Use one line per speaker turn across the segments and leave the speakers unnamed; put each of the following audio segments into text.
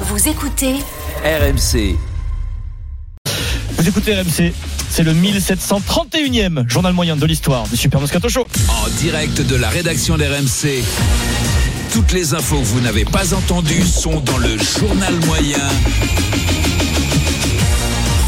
Vous écoutez
RMC.
Vous écoutez RMC, c'est le 1731e journal moyen de l'histoire du Super Moscato Show.
En direct de la rédaction d'RMC. Toutes les infos que vous n'avez pas entendues sont dans le journal moyen.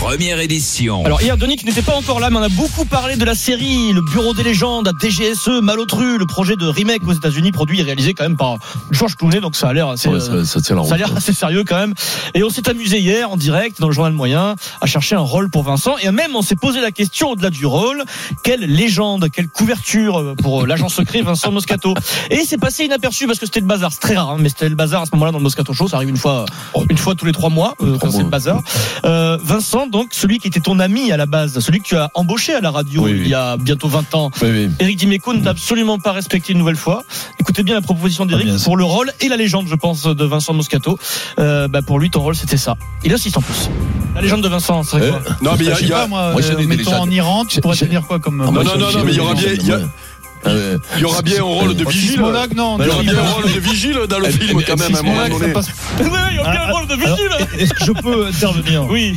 Première édition.
Alors hier, Denis qui n'était pas encore là, mais on a beaucoup parlé de la série Le Bureau des légendes, DGSE, Malotru, le projet de remake aux États-Unis, produit et réalisé quand même par Georges Clooney, donc ça a l'air assez,
Ouais,
euh,
ça, ça tient la route.
ça a l'air assez sérieux quand même. Et on s'est amusé hier en direct dans le journal moyen à chercher un rôle pour Vincent. Et même on s'est posé la question au-delà du rôle, quelle légende, quelle couverture euh, pour l'agent secret Vincent Moscato. Et c'est passé inaperçu parce que c'était le bazar, c'est très rare, hein, mais c'était le bazar à ce moment-là dans le Moscato Show, ça arrive une fois, euh, une fois tous les trois mois euh, quand
Trois
c'est le
mois.
bazar. Euh, Vincent, donc celui qui était ton ami à la base, celui que tu as embauché à la radio
Oui, oui.
il y a bientôt 20 ans.
Oui, oui.
Eric Dimeco ne t'a absolument pas respecté une nouvelle fois. Écoutez bien la proposition
Ah,
d'Eric
bien sûr.
pour le rôle et la légende, je pense, de Vincent Moscato. Euh, bah, pour lui, ton rôle, c'était ça. Il insiste en plus. La légende de Vincent, c'est
Euh,
quoi
Non, mais il y a-
Je
il
sais
y a-
pas, moi,
moi,
euh,
j'ai des
mettons
légendes.
en Iran, tu
J'ai-
pourrais
j'ai-
tenir quoi comme.
Ah,
euh,
moi,
non,
j'ai-
non,
j'ai
non, mais il y aura
des
bien-
légendes,
il y a-
ouais. Ah, ouais. Ah,
il y aura bien un rôle de
euh,
vigile.
sismologue, non.
bah,
Il y
non,
aura
non,
bien
non,
un rôle de vigile dans le
Elle-
film
elle-
quand même. à un moment
sismologue, ça
donné.
passe.
Il y a bien
Ah,
le rôle de vigile
Est-ce que je peux intervenir
Oui.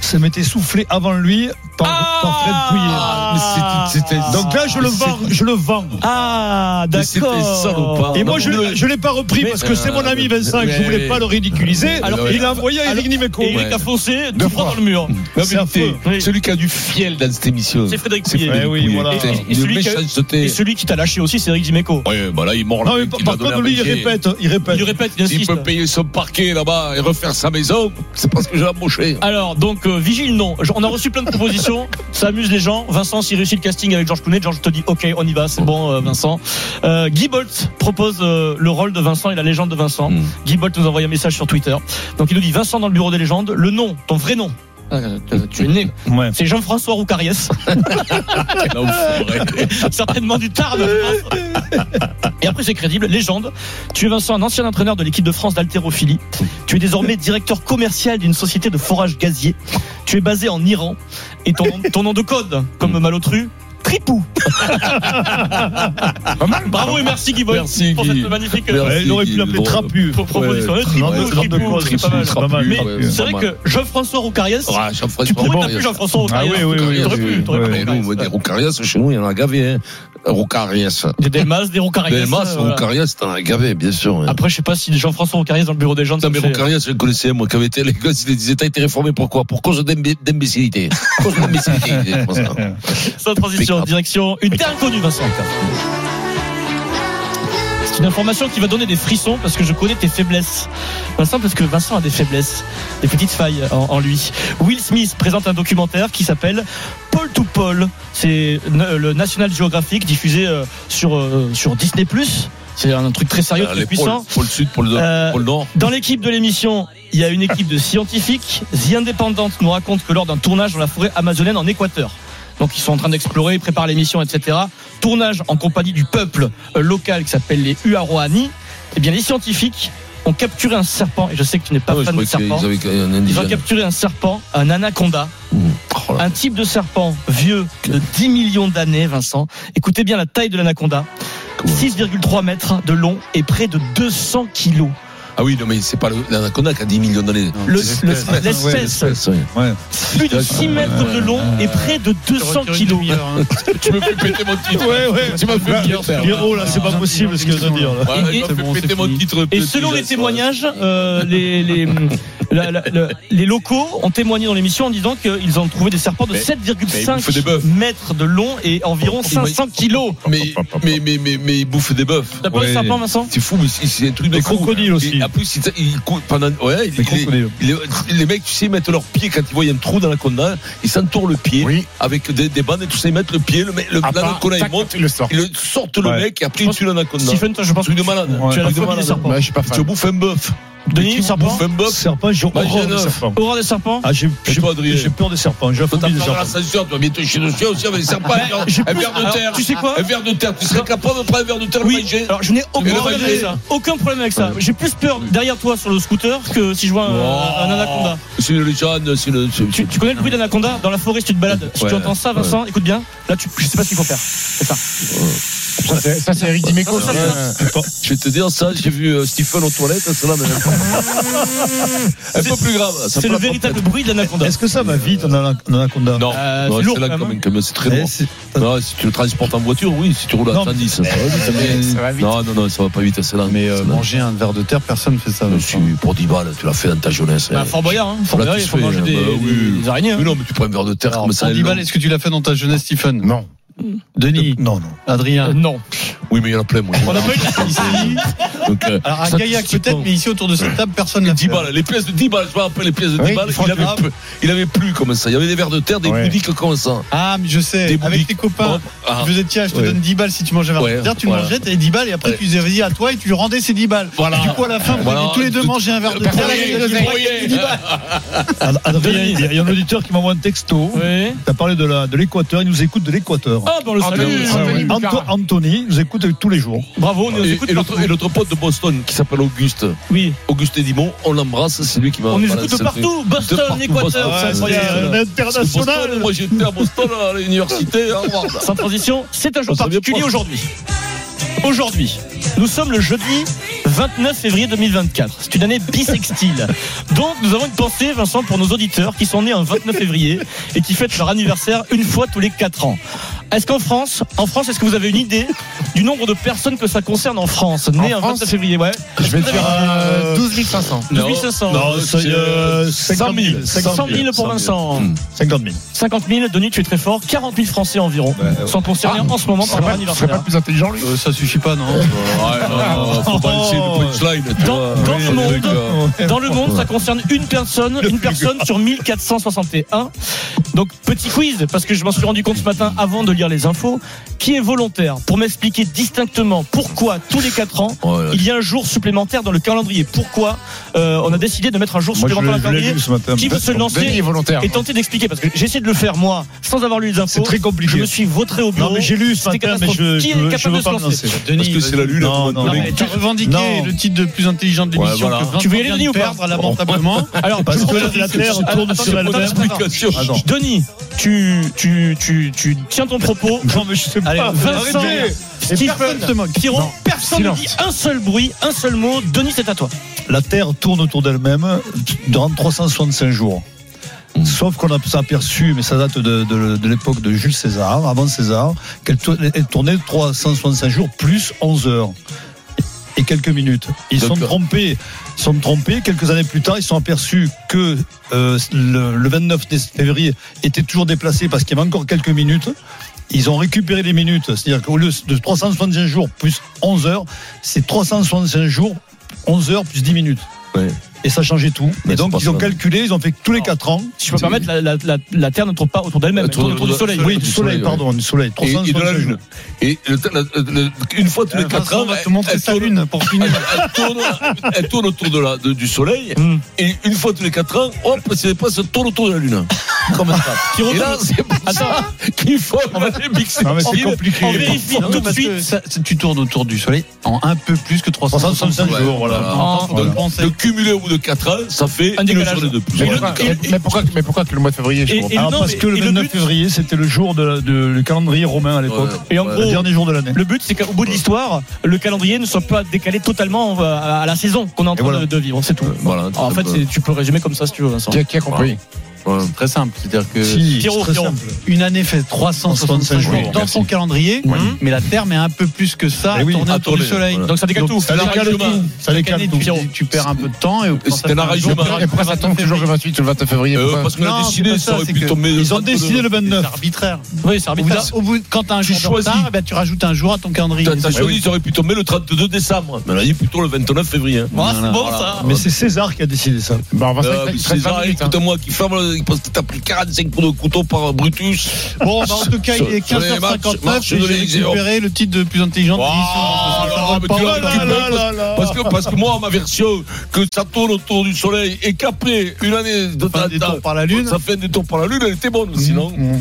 Ça m'était soufflé avant lui par,
Ah
par Fred Pouillet.
Ah, mais c'était- c'était-
Donc là, je le vends. Je le vends.
Ah,
Mais c'était ça
d'accord.
ou pas
Et moi,
non,
je
mais- euh,
ne l'ai pas repris
Mais-
parce que c'est mon ami
mais-
Vincent, que je
mais-
voulais pas le ridiculiser.
Alors,
il a envoyé à
alors-
Eric Nimeco.
Et Eric
Ouais.
a foncé
Deux
tout droit
fois.
dans le mur.
La
C'est
vérité,
affreux.
Oui.
celui qui a du fiel dans cette émission.
C'est Frédéric
C'est
Pouillet.
Frédéric
Eh oui,
Pouillet.
voilà.
C'est
Et
une
celui qui a- Et
méchanceté.
celui qui t'a lâché aussi, c'est Eric Dimeco.
Ouais, bah là, il mord
Non,
la
mais
tête,
par
il
par
va donner
contre,
à
lui, il
manger.
répète. Il répète.
Il répète, il
S'il
insiste.
peut payer son parquet là-bas et refaire sa maison, c'est parce que j'ai embauché.
Alors, donc, euh, vigile, non. Je- On a reçu plein de propositions. Ça amuse les gens. Vincent, s'il réussit le casting avec Georges Clooney, Georges te dit Ok, on y va, c'est bon, euh, Vincent. Euh, Guy Bolt propose euh, le rôle de Vincent et la légende de Vincent.
Mm.
Guy Bolt nous envoie un message sur Twitter. Donc, il nous dit Vincent dans le bureau des légendes, le nom, ton vrai nom. Euh, Tu es né.
Ouais.
C'est Jean-François Roucariès,
Quel enfoiré.
certainement du Tarn. je pense. Et après, c'est crédible. Légende. Tu es Vincent, un ancien entraîneur de l'équipe de France d'haltérophilie. Tu es désormais directeur commercial d'une société de forage gazier. Tu es basé en Iran. Et ton, nom- ton nom de code, comme Malotru, Tripou. Bravo et merci Guy Boy
Ah, Merci,
pour
Guy.
cette magnifique euh,
Merci,
Ouais, Il aurait pu
Guy,
l'appeler
drôle.
Trapu.
pro- proposition.
Ouais,
Le Tripou,
Non, mais
Ouais,
Tripou,
Trapu,
Tripou,
c'est pas mal.
Trapu,
pas mal.
ouais.
Trapu.
C'est vrai
Ouais.
que Jean-François Roucariès,
Ah, Jean-François
tu pourrais
Morin,
t'appeler Jean-François
Ah
Roucariès.
oui, oui, oui.
T'aurais pu, t'aurais pu,
Ouais,
Et nous, on veut
Roucariès.
des Roucarias, chez nous, il y en a gavé. Hein. Roucarias.
Des Delmas, des Roucariès.
Les masses,
euh, voilà.
Roucarias, t'en as gavé, bien sûr. hein.
Après, je sais pas si Jean-François Roucariès dans le bureau des gens.
Putain, mais Roucarias, je le connaissais, moi, qui avait été à l'école, il disait, t'as été réformé pourquoi Pour cause d'imbé- d'imbécilité. Cause d'imbécilité. il disait, comme ça.
Sans transition,
Impeccable.
direction une terre inconnue, Vincent. C'est une information qui va donner des frissons parce que je connais tes faiblesses. Vincent, parce que Vincent a des faiblesses, des petites failles en, en lui. Will Smith présente un documentaire qui s'appelle Paul to Paul. C'est na- le National Geographic diffusé euh, sur, euh, sur Disney. C'est un truc très sérieux,
Ah,
très
les pôles,
puissant.
pôle sud, pôle nord,
Euh,
pôle nord.
Dans l'équipe de l'émission, il y a une équipe de scientifiques. The Independent nous raconte que lors d'un tournage dans la forêt amazonienne en Équateur, donc ils sont en train d'explorer, ils préparent l'émission, etc. Tournage en compagnie du peuple euh, local qui s'appelle les Huaroani. Eh bien, les scientifiques ont capturé un serpent, et je sais que tu n'es pas
Ah ouais, je
fan de
croyais qu'ils
serpent.
avaient un
Ils ont
indigène.
capturé un serpent, un anaconda,
Mmh. Oh là.
un type de serpent vieux de 10 millions d'années, Vincent. Écoutez bien la taille de l'anaconda.
Comment
6,3 mètres de long et près de 200 kilos.
Ah oui, non, mais c'est pas le- l'anaconda qui a 10 millions d'années.
Le-
C'est
le-
l'espèce. Ouais,
L'espèce
C'est vrai.
plus de 6 mètres de long et près de 200 kilos.
hein.
tu me fais péter mon titre.
Ouais, ouais.
Tu m'as fait
Là,
péter. Ouais,
Pierrot, là,
Ah,
c'est pas possible ce qu'il vient de dire. là.
tu m'as
Et-
fait
c'est bon,
péter
c'est
mon
fini.
titre.
Et
petit
selon les
Jason.
témoignages, euh, les, les, la- la- la- les locaux ont témoigné dans l'émission en disant qu'ils ont trouvé des serpents de
Mais- mais ils bouffent des
7,5
bœufs.
mètres de long et environ 500 kilos.
Mais, mais, mais, mais, mais il bouffe des bœufs.
T'as pas eu de serpent, Vincent
C'est fou, mais c'est c'est un truc de
Des
fou.
crocodiles aussi.
Et en plus, il, il cou- pendant, ouais, il-
Des
il-
crocodiles.
il- il- les mecs, tu sais, ils mettent leurs pieds quand ils voient un trou dans la condamne, ils s'entourent le pied
Oui.
avec des, des bandes et tout ça, ils mettent le pied, le, mec- le,
Ah,
l'anaconda,
tac,
il monte,
il le sort.
ils le sortent le
Ouais.
mec et après ils tuent l'anaconda.
Stephen, toi, je pense que
Truc de
tu-
malade.
Ouais,
tu as la
pas de
phobie des
malade.
serpents.
Bah, je suis pas fan.
Tu bouffes un bœuf.
Denis, le
Tu
serpent
bouffes un bœuf.
Serpent, j'ai
Bah,
horreur
j'ai
des
neuf.
serpents.
Horreur des serpents
Ah, j'ai
Et
j'ai-
toi, Adrien
j'ai peur des serpents. J'ai la
T'as
phobie des
peur de
serpents.
l'ascension, tu vas bientôt chez le chien aussi avec les serpents, un verre- un verre de
Alors,
terre.
Tu sais quoi
Un verre de terre, tu serais capable de prendre un verre de terre le
Oui,
manger
alors je n'ai aucun
Et le
problème
manger.
avec ça. Aucun problème avec ça. J'ai plus peur derrière toi sur le scooter que si je vois un,
Oh.
un anaconda.
C'est une légende, c'est une. c'est-
Tu, tu connais le bruit d'anaconda Dans la forêt, si tu te balades, si tu
Ouais.
entends ça, Vincent, écoute bien. Là, tu, je sais pas ce qu'il faut faire. C'est ça.
Ça, c'est- ça, c'est Eric Dimeco.
Ça,
ça.
ça,
Je vais te dire ça, j'ai vu euh, Stephen aux toilettes, c'est là, mais un peu plus grave. ça
C'est
peut
le
la
véritable bruit de l'anaconda.
Est-ce que ça va vite, on a
porte-
anaconda
Non,
Euh,
non
c'est
c'est
lourd,
là
quand
quand
même.
même, quand même, c'est très
Eh,
lourd. Non, si tu le transportes en voiture, oui, si tu roules à
Non,
110, ça va vite, mais-
ça va vite.
Non, non, non, ça va pas vite, c'est là.
Mais euh,
C'est là.
manger un verre de terre, personne ne fait ça.
Je suis pour 10 balles, tu l'as fait dans ta jeunesse.
Bah,
eh.
Fort Boyard, hein. Fort
Là,
Boyard,
tu
il faut
fais,
manger des,
bah oui.
des araignées. hein.
Mais non, mais tu prends un verre de terre comme ça. elle-
est-ce que tu l'as fait dans ta jeunesse, Stephen Non.
Denis Non, non.
Euh,
Adrien
Non.
Oui, mais il y en a plein, moi.
On n'a pas eu
Ah,
Donc, euh,
Alors, à
ça,
Gaillac, peut-être, mais ici autour de cette table, personne n'a
10 balles, les pièces de 10 balles, je me rappelle les pièces de 10
Oui,
balles, il
franchement.
avait, peu- il avait plus comme ça. Il y avait des verres de terre, des
Ouais.
boudiques comme ça.
Ah, mais je sais,
Des
avec
bougies.
tes copains.
Hop, ah.
Tu faisais, tiens, je te
Ouais.
donne 10 balles si tu manges un verre de
Ouais,
terre, tu
voilà.
mangeais, t'avais 10 balles, et après,
Ouais.
tu les avais dit à toi, et tu lui rendais ces 10 balles.
Voilà.
Du coup, à la fin, vous
Voilà.
avez tous les deux mangé un verre de terre.
Broyer,
et vous avez
broyer.
dit 10 balles.
Ad- Adrien, il y a- il y a un auditeur qui m'envoie un texto.
Oui.
T'as parlé de la- de l'Équateur, il nous écoute de l'Équateur.
Oh,
Ah, bon, le
Ah,
salut.
ben oui.
Ah ouais.
Anthony
Anto-
Boucara.
Anthony nous écoute tous les jours.
Bravo, on nous
Et,
écoute
et
partout.
l'autre- et l'autre pote de Boston qui s'appelle Auguste,
Oui.
Auguste Edimon, on l'embrasse, c'est lui qui m'a.
On nous
balancé
écoute
le truc.
partout.
De
Boston,
partout,
l'Équateur.
Boston,
c'est
ouais,
incroyable.
c'est- Boston,
international.
moi j'étais à Boston à l'université, hein. à Harvard.
Sans transition, c'est un jour
On s'en vient
particulier
pas.
aujourd'hui. Aujourd'hui, nous sommes le jeudi 29 février 2024. C'est une année bisextile. Donc, nous avons une pensée, Vincent, pour nos auditeurs qui sont nés un 29 février et qui fêtent leur anniversaire une fois tous les 4 ans. Est-ce qu'en France, en France, est-ce que vous avez une idée du nombre de personnes que ça concerne en France, nées
En
un
France
29 février Ouais.
Je vais te dire
Euh,
12 500.
2500.
Non, c'est euh,
100
50
000.
000.
100 000 pour
100 000.
Vincent.
Hmm.
50 000.
50 000, Denis, tu es très fort. 40 000 Français environ sont concernés
Ah,
en ce moment
Ce
par leur
serait pas
anniversaire.
le plus intelligent, lui Euh, Ça suffit pas, non
Ouais, non, non, faut
Oh.
balancer le punchline, tu
Dans-
vois.
dans
Oui,
le monde.
truc, euh,
Dans le monde, ça concerne une personne, une personne sur 1461. Donc, petit quiz, parce que je m'en suis rendu compte ce matin avant de lire les infos. Qui est volontaire pour m'expliquer distinctement pourquoi tous les 4 ans,
ouais, là,
il y a un jour supplémentaire dans le calendrier Pourquoi euh, on a décidé de mettre un jour
Moi, je
supplémentaire dans
l'ai-
le calendrier
je l'ai lu ce matin.
Qui veut se
Denis est
lancer
volontaire.
et tenter d'expliquer Parce que j'ai essayé de le faire moi, sans avoir lu les
C'est
infos.
très
Je
compliqué.
me suis vautré au bureau.
Non, mais j'ai lu ce
C'était
matin, mais
catastrophique.
je
Qui est
je veux- je
capable
veux
de
pas
se
me
lancer
lancer.
Parce que c'est la lune.
Non, non,
Non,
non.
mais tu as revendiqué
Non.
le titre de plus intelligent de l'émission
Ouais, voilà.
que
Tu veux y aller,
Vincent
Denis,
vient
ou
de
pas
perdre lamentablement.
Alors,
Parce
je
que
propose-
la Terre
Attends,
tourne sur la
attends,
Lune.
attends, attends.
explication.
Ah, non.
Denis, tu, tu, tu, tu tiens ton propos.
Non, mais je sais
Allez,
pas.
Vincent,
Arrêtez.
Stephen, Pierrot, personne ne
silence.
dit un seul bruit, un seul mot. Denis, c'est à toi.
La Terre tourne autour d'elle-même durant 365 jours. Sauf qu'on a- s'est aperçu, mais ça date de, de- de l'époque de Jules César, avant César, qu'elle tour- elle tournait 365 jours plus 11 heures et quelques minutes. Ils sont
D'accord.
trompés, ils sont trompés. Quelques années plus tard, ils se sont aperçus que euh, le, le 29 dé- février était toujours déplacé parce qu'il y avait encore quelques minutes. Ils ont récupéré les minutes, c'est-à-dire qu'au lieu de 365 jours plus 11 heures, c'est 365 jours, 11 heures plus 10 minutes.
Ouais.
Et ça changeait tout.
Mais
et donc,
c'est pas
ils ont
ça.
calculé, ils ont fait que tous les
Non.
4 ans.
Si je peux
C'est-
permettre, la, la, la, la Terre ne tourne pas autour d'elle-même, elle tourne autour du Soleil.
Oui, du
du
soleil,
soleil,
pardon, du soleil.
Et, et de la
365
lune.
jours. Euh,
Et le- le- le- une fois tous les 4
Euh, Vincent
ans,
va te
elle-
montrer
elle
sa
tourne-
lune pour finir.
elle, elle tourne, elle tourne autour de la, de- du soleil.
Mm.
Hum.
Et une fois tous les 4 ans, hop, c'est pas se tourne autour de la lune. Comme ça. Et là, oh, c'est pour ça qu'il faut aller mixer.
Non, mais c'est
Il-
compliqué.
On vérifie
Non,
tout de
parce que
suite.
ça- tu tournes autour du soleil en un peu plus que 365
365
Ouais,
jours, voilà.
voilà.
En-
Faut le penser.
De cumuler au bout de 4 ans, ça fait
Un
une
décalage.
journée de plus.
Mais
Voilà.
pourquoi-
Et-
mais- mais pourquoi- Mais pourquoi que le mois de février je
Et-
comprends
et-
pas.
Alors,
non,
parce
mais-
que le
et le
29
but-
février, c'était le jour de, la- de- le calendrier romain à l'époque.
Ouais.
Et en
Ouais.
gros,
Le dernier jour de l'année.
Le but, c'est qu'au bout de l'histoire, le calendrier ne soit pas décalé totalement euh, à à la saison qu'on est en train
voilà.
de- de vivre. C'est tout. Ah,
Voilà,
En fait, c'est- tu peux résumer comme ça si tu veux, Vincent.
Qui a- qui a compris C'est Très simple, c'est-à-dire que
Si,
Pierrot,
c'est très
Pierrot.
simple.
une année fait
365
365 jours
jours.
dans son calendrier, mais la Terre met un peu plus que ça
Eh
à
oui,
tourner
à
autour du
tourner,
soleil.
voilà.
Donc ça décale
Donc,
tout.
Ça les
décale
calme
tout.
tout. Ça les
Chaque année,
calme
tu,
tout.
tu- tu perds un peu de temps et au
Et c'était un arrêt humain.
Et pourquoi ça tombe toujours le 28 ou le 29 février
Euh, parce qu'on
Non,
a
c'est
décidé,
pas
ça aurait
c'est
pu
que
tomber.
Ils ont
dans-
décidé le
C'est
29.
arbitraire.
Oui, c'est
Au bout d'un-
arbitraire.
au bout- quand t'as un
Tu
jour de
choisis.
retard, eh ben, tu rajoutes un jour à ton calendrier.
T'as- t'as choisi, ça aurait pu tomber le 32 décembre. Mais on a dit plutôt le 29 février. hein.
Ah, c'est bon ça.
Mais c'est César qui a décidé ça.
Bon, on va
Euh, César, écoute-moi,
hein.
qui ferme, le- il pense que t'as pris 45 coups de couteau par Brutus.
Bon, bah, en tout cas, il est
Sur- sur les matchs,
15h59
marche de
et j'ai
l'Élysée,
récupéré le titre de plus intelligent de
Oh,
l'émission.
là, mais tu l'as- tu
Oh
l'as- Parce que, parce que moi, ma version, que ça tourne autour du soleil et qu'après une année de
Fin des
ta- ta-
tours par la Lune.
ça fait un détour par la lune, elle était bonne, sinon.
Mmh.